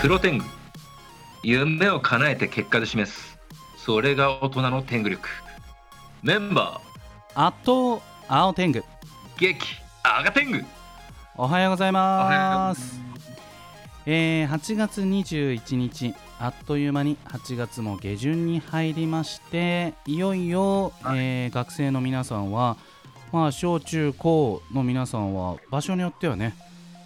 プロテング夢を叶えて結果で示すそれが大人の天狗力メンバあっと青天狗ー激アガ天狗おはようございおはようまございますえー、8月21日あっという間に8月も下旬に入りましていよいよ、はいえー学生の皆さんは、まあ、小中高の皆さんは場所によってはね、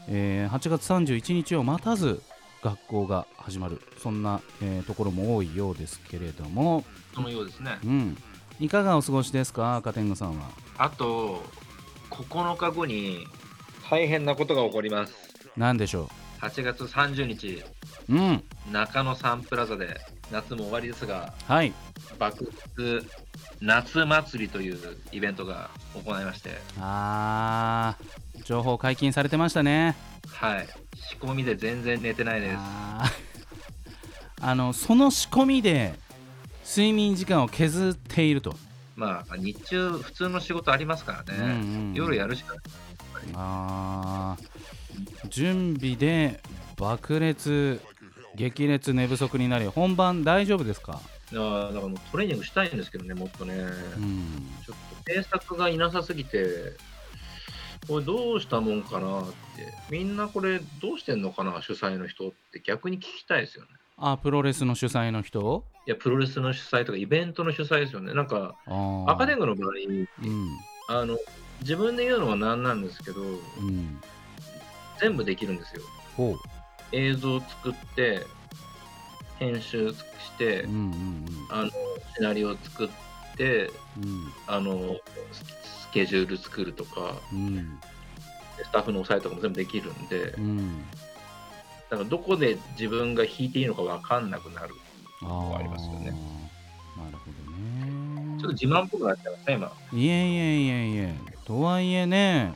えー8月31日を待たず学校が始まるそんな、えーところも多いようですけれども、そのようですねうん、いかがお過ごしですか赤天狗さんは。あと9日後に大変なことが起こりますなんでしょ8月30日ううん中野サンプラザで夏も終わりですがはい爆発夏祭りというイベントが行いましてあー情報解禁されてましたねはい仕込みで全然寝てないですあー あのその仕込みで睡眠時間を削っていると、まあ日中普通の仕事ありますからね、うんうん夜やるしかあー準備で爆裂激烈寝不足になり本番大丈夫ですか、いやーだからもうトレーニングしたいんですけどね、もっとね。うん、ちょっと制作がいなさすぎて、これどうしたもんかなって、みんなこれどうしてんのかな、主催の人って逆に聞きたいですよね。あプロレスの主催の人いや、プロレスの主催とかイベントの主催ですよね。なんか、あーアカデミーの場合、うんあの、自分で言うのは何なんですけど、うん全部できるんですよ。ほ映像作って、編集してううん、うんあの、シナリオ作って、うんうんあのススケジュール作るとかうんスタッフの抑えとかも全部できるんでうんだからどこで自分が弾いていいのか分かんなくなるあーありますよねなるほどねちょっと自慢っぽくなっちゃいますね今いえいえいえいえとはいえね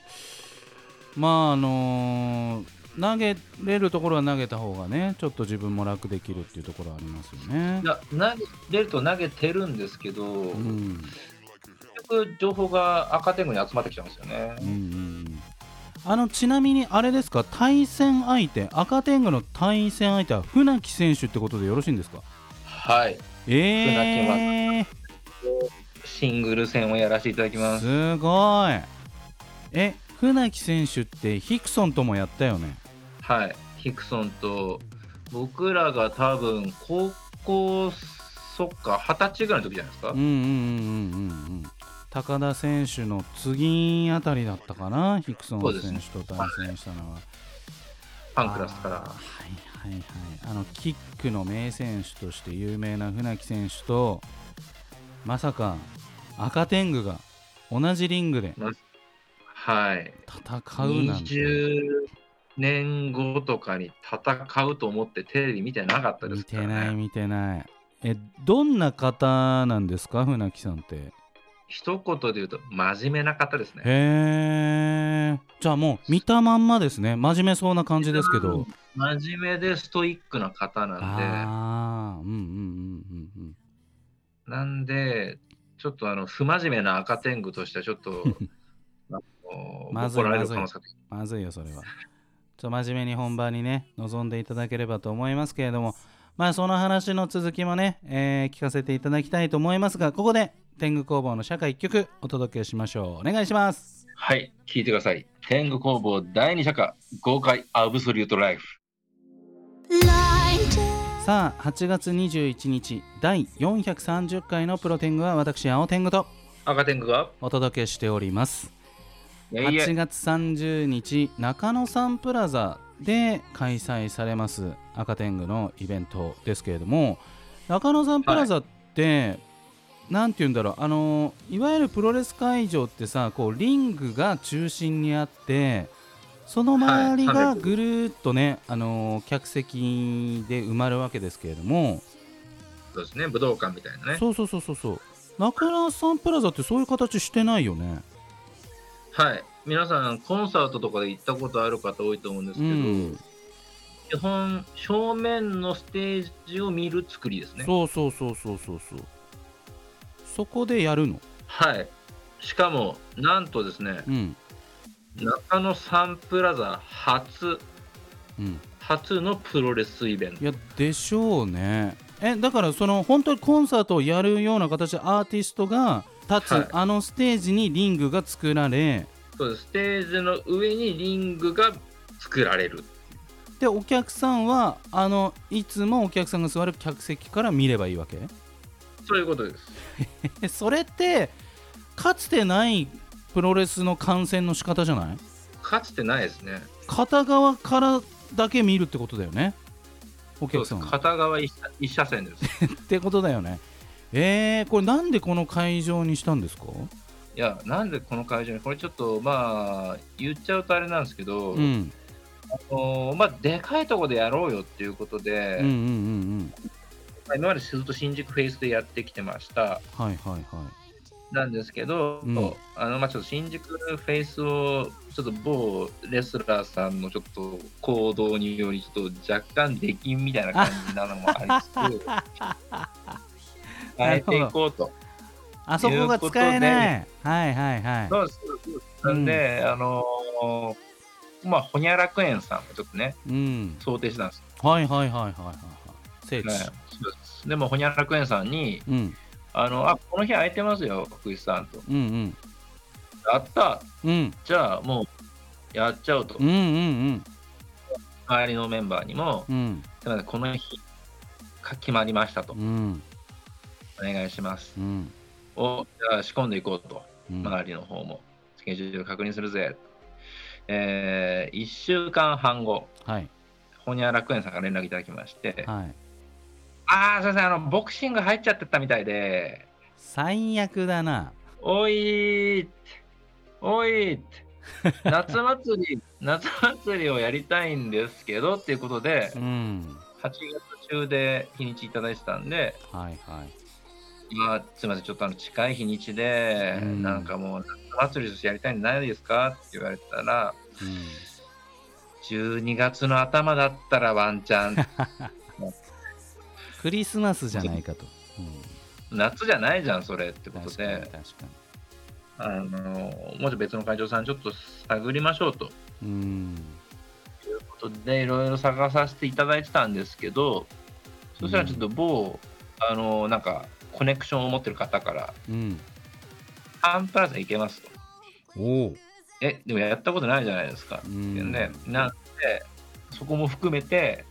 まああのー投げれるところは投げた方がねちょっと自分も楽できるっていうところはありますよねい。や投げ出ると投げてるんですけど、うん結局情報が赤天狗に集まってきちゃうんですよね、うんうんうんあのちなみにあれですか対戦相手赤天狗の対戦相手は船木選手ってことでよろしいんですかはいえシングル戦をやらせていただきー、ますすごいえ船木選手ってヒクソンともやったよねはいヒクソンと僕らが多分高校そっか二十歳ぐらいの時じゃないですか、うんうんうんうんうんうん高田選手の次あたりだったかなヒクソそうンです選ね手と対戦したのは、パンクラスからあーはいはいはいあのキックの名選手として有名な船木選手とまさか赤天狗が同じリングではい戦うなんて20年後とかに戦うと思ってテレビ見てなかったで見すかてら、ね、ない見てないえどんな方なんですか船木さんってへ一言で言うと真面目な方ですねえじゃあもう見たまんまですね真面目そうな感じですけど真面目でストイックな方なんああ、うんうんうんうんうん。でなんでちょっとあの不真面目な赤天狗としてはちょっとあのまずい怒られる可能性がまずいよ、それは。ちょ真面目に本番にね、臨んでいただければと思いますけれども、まあ、その話の続きもね、えー聞かせていただきたいと思いますが、ここで、天狗工房の社会一曲、お届けしましょう。お願いします。はい聞いてください天狗工房第二社歌豪快アブソリュートライフさあ、8月21日、第430回のプロ天狗は、私、青天狗と赤天狗がお届けしております。いやいや8月30日中野サンプラザで開催されます赤天狗のイベントですけれども中野サンプラザって、なんて言うんだろうあのいわゆるプロレス会場ってさこうリングが中心にあってその周りはがいぐるーっとね、あの客席で埋まるわけですけれども、そうですね武道館みたいなねそうそうそうそうそう中野サンプラザってそういう形してないよね。はい皆さんコンサートとかで行ったことある方多いと思うんですうけど、ん、基本正面のステージを見る作りですねそうそうそうそうそうそうそこでやるのはいしかもなんとですねうん中野サンプラザ初うん、初のプロレスイベンいト。やでしょうねえだからその本当にコンサートをやるような形でアーティストが立つ、はいあのステージにリングが作られそうですステージの上にリングが作られる。でお客さんはあのいつもお客さんが座る客席から見ればいいわけそういうことです。えそれってかつてないプロレスの観戦の仕方じゃないかつてないですね。片側からだけ見るってことだよねそうでお客さすんは片側一車一車線です。ってことだよねえー、これなんでこの会場にしたんですかいや、なんでこの会場に、これちょっとまあ、言っちゃうとあれなんですけど、うんあのまあ、でかいとこでやろうよっていうことで、うんうんうんうんまあ今までずっと新宿フェイスでやってきてました。はいはいはいなんですけど、うんあのまあ、ちょっと新宿フェイスを、ちょっと某レスラーさんのちょっと行動により、ちょっと若干出禁みたいな感じなのもありつつ、変えていこうと。あそこが使えないはいはいはそうですそうですなんで、あのーまあ、ほにゃらく園さんもちょっとね、いうん想定してたんですはいはいはいはいはいはい聖け地、ど、ねそうですでも、ほにゃらく園さんに、うんあのあこの日空いてますよ、福井さんと。うんうんあった、うんじゃあもうやっちゃおうとうんう、ん周りのメンバーにも、うんうんすみませんこの日か決まりましたと、うんお願いしますう。んをじゃあ仕込んでいこうと、うん周りの方も、スケジュール確認するぜ。え1週間半後、はいほにゃらく園さんから連絡いただきまして、はいああ、すみません、あの、ボクシング入っちゃってたみたいで、最悪だなおいーって、おいー って、夏祭り、夏祭りをやりたいんですけどっていうことでう、ん8月中で日にちいただいてたんで、はいはいまあ、すみません、ちょっとあの近い日にちで、うんなんかもう、夏祭りとしてやりたいんじゃないですかって言われたら、うん12月の頭だったらワンチャ ン、クリスマスじゃないかと、夏じゃないじゃん、それってうん、こと確かにで確、かあの、もうちょっと別の会長さん、ちょっと探りましょうと。にうんということでいろいろ探させていただいてたんですけどそしたらちょっと某、あのなんかコネクションを持ってる方からうん「サンプラザ行けます」とおお「えでもやったことないじゃないですか」うってんいうね、なんでそこも含めて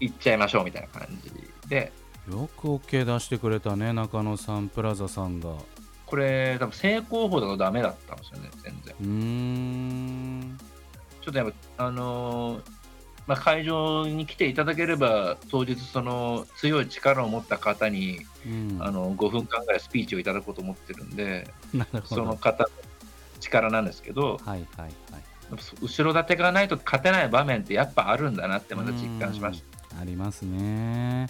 行っちゃいましょうみたいな感じでよく OK 出してくれたね中野サンプラザさんがうこれ多分正攻法だとダメだったんですよね全然ーんちょっとやっぱあのーまあ、会場に来ていただければ当日その強い力を持った方にうんあの5分間ぐらいスピーチをいただこうと思ってるんで、なるほそどのはい方の力なんですけど、はいはやっいぱ後ろ盾がないと勝てない場面ってやっぱあるんだなってまた実感しましたありますね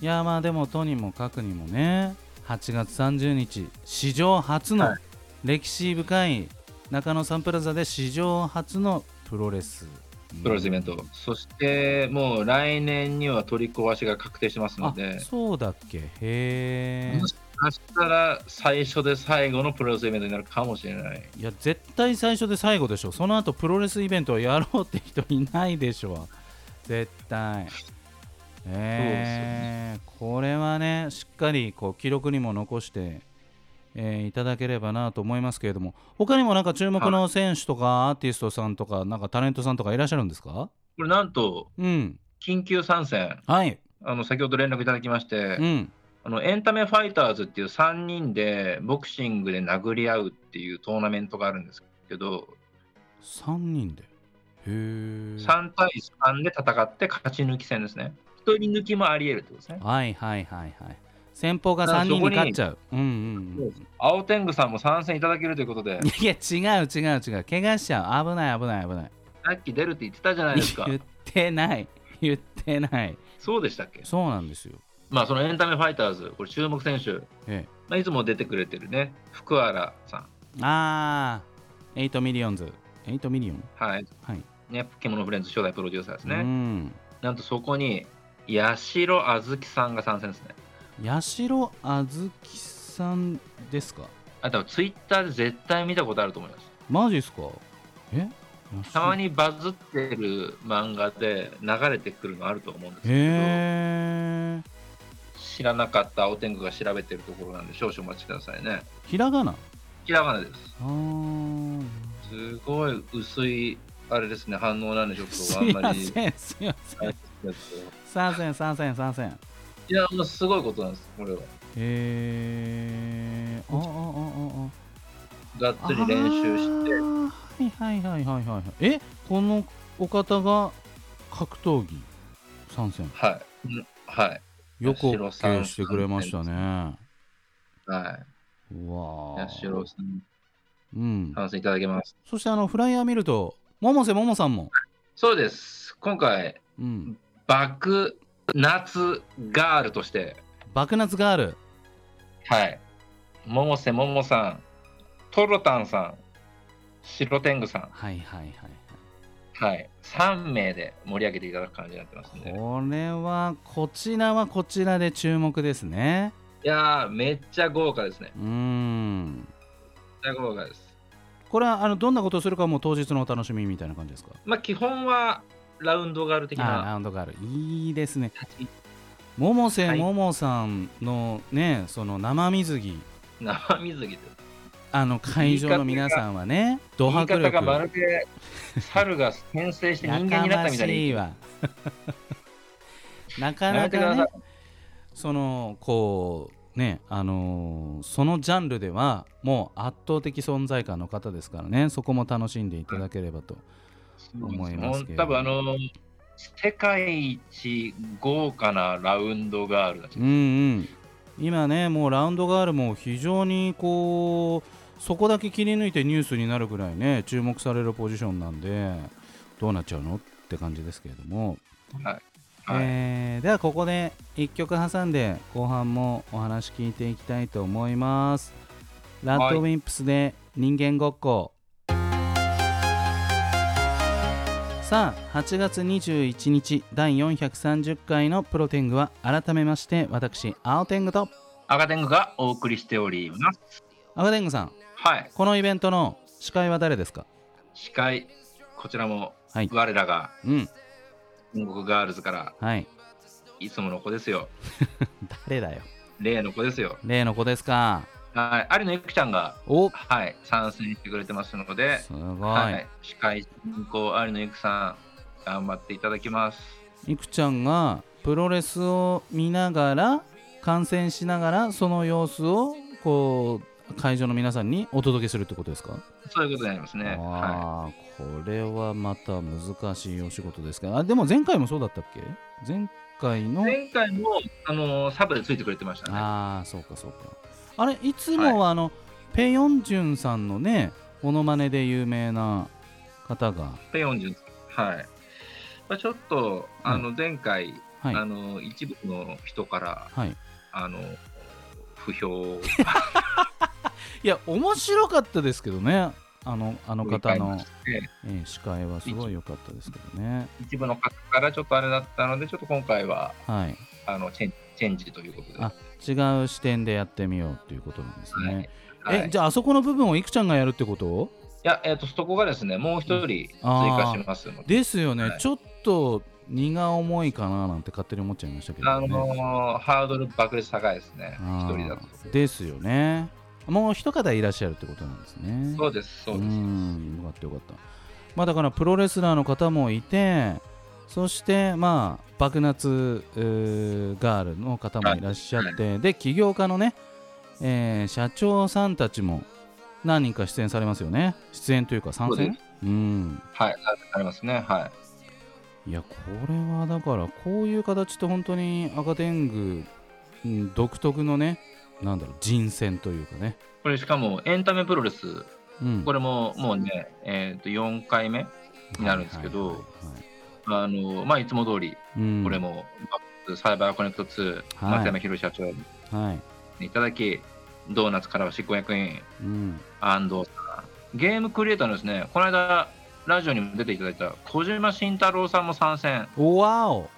いやまあでもとにもかくにもね8月30日史上初のは歴史深い中野サンプラザで史上初のプロレスプロレスイベント、そしてもう来年には取り壊しが確定してますのあで、そうだっけへえもしかしたら最初で最後のプロレスイベントになるかもしれないいや絶対最初で最後でしょその後プロレスイベントをやろうって人いないでしょ絶対えーこれはねしっかりこう記録にも残して、えーいただければなと思いますけれども他にもなんか注目の選手とかアーティストさんとかなんかタレントさんとかいらっしゃるんですかこれなんとうん緊急参戦はいあの先ほど連絡いただきまして、うんあのエンタメファイターズっていう3人でボクシングで殴り合うっていうトーナメントがあるんですけど3人でへえ3対3で戦って勝ち抜き戦ですね。1人抜きもあり得るってことですね。はいはいはいはい先方が3人に勝っちゃううんうん、うん、青天狗さんも参戦いただけるということで、いや違う違う違う怪我しちゃう危ない危ない危ないさっき出るって言ってたじゃないですか言。ってない言ってないそうでしたっけそうなんですよまあそのエンタメファイターズ、これ注目選手、えまあ、いつも出てくれてるね、福原さん、えああ8ミリオンズ8ミリオンはい、はいね、獣フレンズ初代プロデューサーですうね。んなんとそこに、八代あずきさんが参戦ですね。八代あずきさんですかあとツイッターで絶対見たことあると思います。マジっすかえたまにバズってる漫画で流れてくるのあると思うんですけへえど、知らなかった青天狗が調べてるところなんで少々お待ちくださいね。ひらがなひらがなです。あーすごい薄い、あれですね、反応なんでちょっすとあんいままり。せんすいませあんれですけど参戦参戦参戦いや、もうすごいことなんです、これは。へえああああああがっつり練習して、してはいはいはいはいはいえこのお方が格闘技参戦はい。うんはい。よく八代さん OK してくれましたねはうわい。あ八代さん、うん反省いただけます。そしてあのフライヤー見ると百瀬ももさんもそうです。今回、うん爆夏ガールとして、爆夏ガールはい。百瀬ももさん、トロタンさん、白天狗さん、はいはいはいはいはい。3名で盛り上げていただく感じになってますんで。これはこちらはこちらで注目ですねいやー、めっちゃ豪華ですね。うーんめっちゃ豪華です。これはあのどんなことをするかもう当日のお楽しみみたいな感じですかまあ、基本は、ラウンドガール的あーなラウンドガールいいですね立ち百瀬はいももさんのねその生水着生水着です。あの会場の皆さんはねド言い迫方がま力るで猿が転生して人間やにかなっまたみたいしにいわ なかやなめてくだかさねい。そのこうねあのーそのジャンルではもう圧倒的存在感の方ですからねそこも楽しんでいただければと、思いますけれど多分あの世界一豪華なラウンドガールだし、うんうん今ねもうラウンドガールも非常にこうそこだけ切り抜いてニュースになるぐらいね注目されるポジションなんでどうなっちゃうのって感じですけれども、はいえーではここで1曲挟んで後半もお話聞いていきたいと思います。ラッドウィンプスで人間ごっこ、さあ8月21日第430回のプロテングは改めまして私青テングと赤天狗がお送りしております。赤テングさんはい、このイベントの司会は誰ですか司会、こちらも、はい我らがうん天国ガールズからはいいつもの子ですよ、誰だよ例の子ですよ。例の子ですかはい、有野ゆきちゃんが、おすはい、参戦してくれてますので、ごはいい、司会進行、有野ゆきさん、頑張っていただきます。いくちゃんがプロレスを見ながら観戦しながらその様子をこう会場の皆さんにお届けするってことですか、そういうことになりますね。はああこれはまた難しいお仕事ですけどあでも前回もそうだったっけ前回い、の前回も、あのーサブでついてくれてましたね。ああそうかそうかあれいつもはあの、ペヨンジュンさんのねモノマネで有名な方がペヨンジュンはい。まあ、ちょっと、うんあの前回、はいあの一部の人から、はいあの不評を いや面白かったですけどねあのあのい方ただきのまして、えー司会はすごい良かったですけどね。一部の方からちょっとあれだったので、ちょっと今回ははい、あのチェンチェンジということで。あ違う視点でやってみようということなんですね。はいはいえいじゃああそこの部分をいくちゃんがやるってことや、えっ、と、そこがですね、もう一人追加しますので、ですよね、はいちょっと荷が重いかななんて勝手に思っちゃいましたけあど、のね。ーハードル爆裂高いですね、あ一ー人だと。ですよね。もう一方いらっしゃるってことなんですね。そうです、そうです。んよかったよかった。まあだからプロレスラーの方もいて、そしてまあ爆夏うーガールの方もいらっしゃって、で起業家のね、えー社長さんたちも何人か出演されますよね。出演というか参そうで戦。うん。はい、ありますね、はい。いやこれはだからこういう形って本当に赤天狗うん独特のね、なんだろう人選というかね。これしかもエンタメプロレス、うん。これももうね、えー、と4回目、になるんですけどはいはいはいはいあのまあ、いつも通り、うんこれも、サイバーコネクト2、はい松山宏社長にはい。いただき、ドーナツからは執行役員、うん。安藤さん、ゲームクリエイターのですね、この間、ラジオにも出ていただいた小島慎太郎さんも参戦、おわお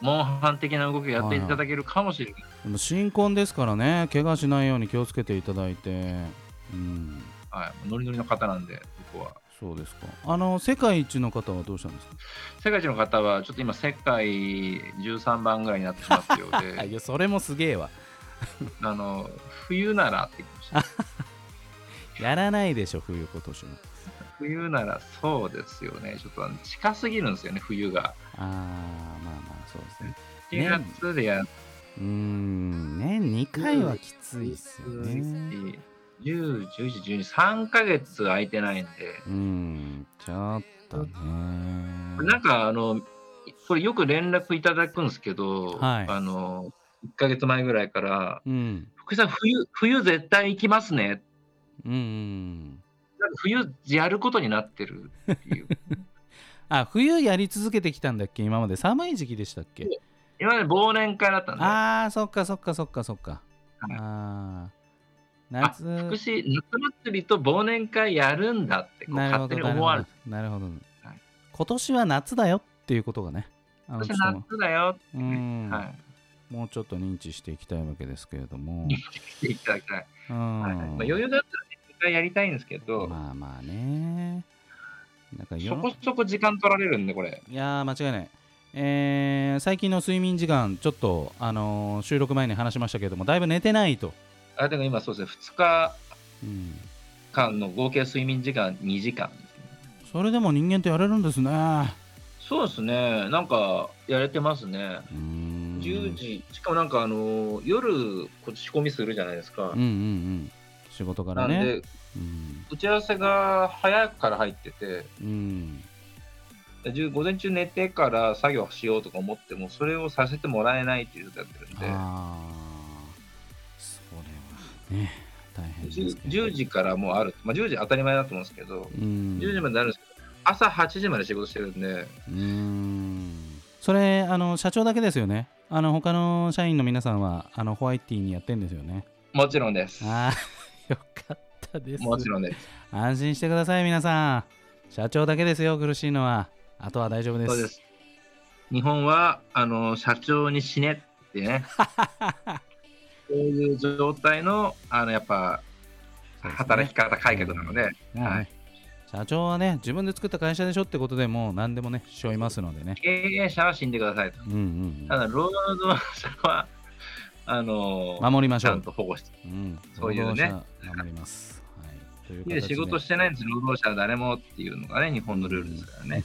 モンハン的な動きをやっていただけるかもしれない。でも新婚ですからね怪我しないように気をつけていただいてうんはい、ノリノリの方なんで、僕は。そうですかあの世界一の方はどうしたんですか世界一の方はちょっと今世界13番ぐらいになってしまったよう あいでやそれもすげえわあの冬ならって言ってましたやらないでしょ冬今年も 冬ならそうですよねちょっとあの近すぎるんですよね冬があーまあまあそうですねね1月でやっうーんね2回はきついっすよね10、11、12、3ヶ月空いてないんで、うんちょっとねなんかあの、これよく連絡いただくんですけど、はいあの、1ヶ月前ぐらいから、うん福井さん、冬、冬絶対行きますね。うんうんなんか冬やることになってるって いう。あ冬やり続けてきたんだっけ今まで寒い時期でしたっけ今まで忘年会だったんで、ああーそっかそっかそっかそっかはいあー夏福祉夏祭りと忘年会やるんだって、こうなるほ勝手どに思われて、なるほどなるほどはい今年は夏だよっていうことがねあの私ちょっとも夏だよってうね、んはもうちょっと認知していきたいわけですけれどもい、来ていただきたい。うんはいまあ、余裕だったら、ね、一回やりたいんですけど、まあまあねなんか世そのこそこ時間取られるんで、これ。いやー間違いない、えー最近の睡眠時間ちょっと、あのー収録前に話しましたけれどもだいぶ寝てないと、あ、でも今そうですね、2日うん、間の合計睡眠時間2時間ですね。それでも人間ってやれるんですねそうですね、なんかやれてますね。うーん10時、しかもなんかあのー夜、こっち仕込みするじゃないですかうんうんう。ん仕事かならんねで、うん、打ち合わせが早くから入ってて、うん、で10午前中寝てから作業しようとか思っても、それをさせてもらえないっていう状態になってるんで、あーそれはね大変ですけ 10, ど10時からもうある、まあ、10時当たり前だと思うんですけど、うん10時まであるんですけど、朝8時まで仕事してるんで、うーんそれあの社長だけですよねあの他の社員の皆さんはあのホワイティーにやってんですよねもちろんです。ああ よかったですもちろんです。安心してください皆さん社長だけですよ苦しいのはあとは大丈夫ですそうです。日本は、あの、社長に死ねって ね。そういう状態の、あの、やっぱ、そうですね働き方改革なので、うんはい社長はね自分で作った会社でしょってことでもう何でもねしょいますのでね経営者は死んでくださいと。うんうんただ、労働者は、 あの、うん守りましちょゃんう、と保護して。うん、そういうね労働者守ります、はい、という形でで仕事してないんです、労働者は誰もっていうのがね、日本のルールですからね。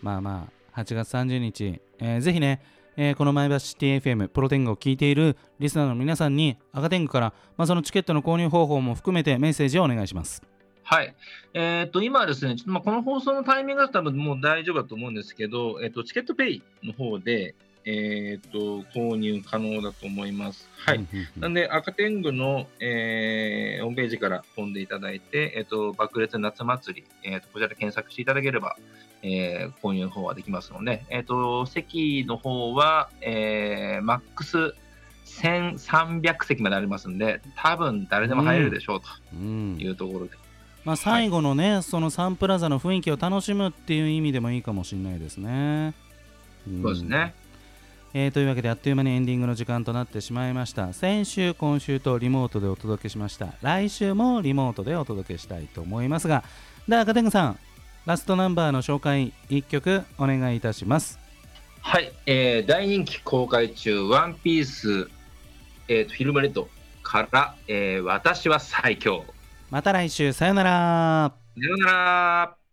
まあまあ、8月30日、えーぜひね、えーこの前橋 TFM プロテングを聞いているリスナーの皆さんに赤天狗から、まあ、そのチケットの購入方法も含めてメッセージをお願いします。はい。えっ、と、今はですね、ちょっとまあこの放送のタイミングだと多分もう大丈夫だと思うんですけど、えっ、と、チケットペイの方で、えっ、と、購入可能だと思います。はい。うんうんうんなんで、赤天狗の、えーホームページから飛んでいただいて、えっ、と、爆裂夏祭り、えっ、と、こちらで検索していただければ、えー購入の方はできますので、えっ、と、席の方は、えーマックス1300席までありますんで、多分誰でも入れるでしょうとうんいうところで。まあ、最後のね、そのサンプラザの雰囲気を楽しむっていう意味でもいいかもしれないですね。んそうですね。えーというわけであっという間にエンディングの時間となってしまいました先週今週とリモートでお届けしました来週もリモートでお届けしたいと思いますがでは赤天狗さんラストナンバーの紹介1曲お願いいたしますはい、えー大人気公開中、ワンピース、えーとフィルムレッドから、えー私は最強。また来週さよならさようなら。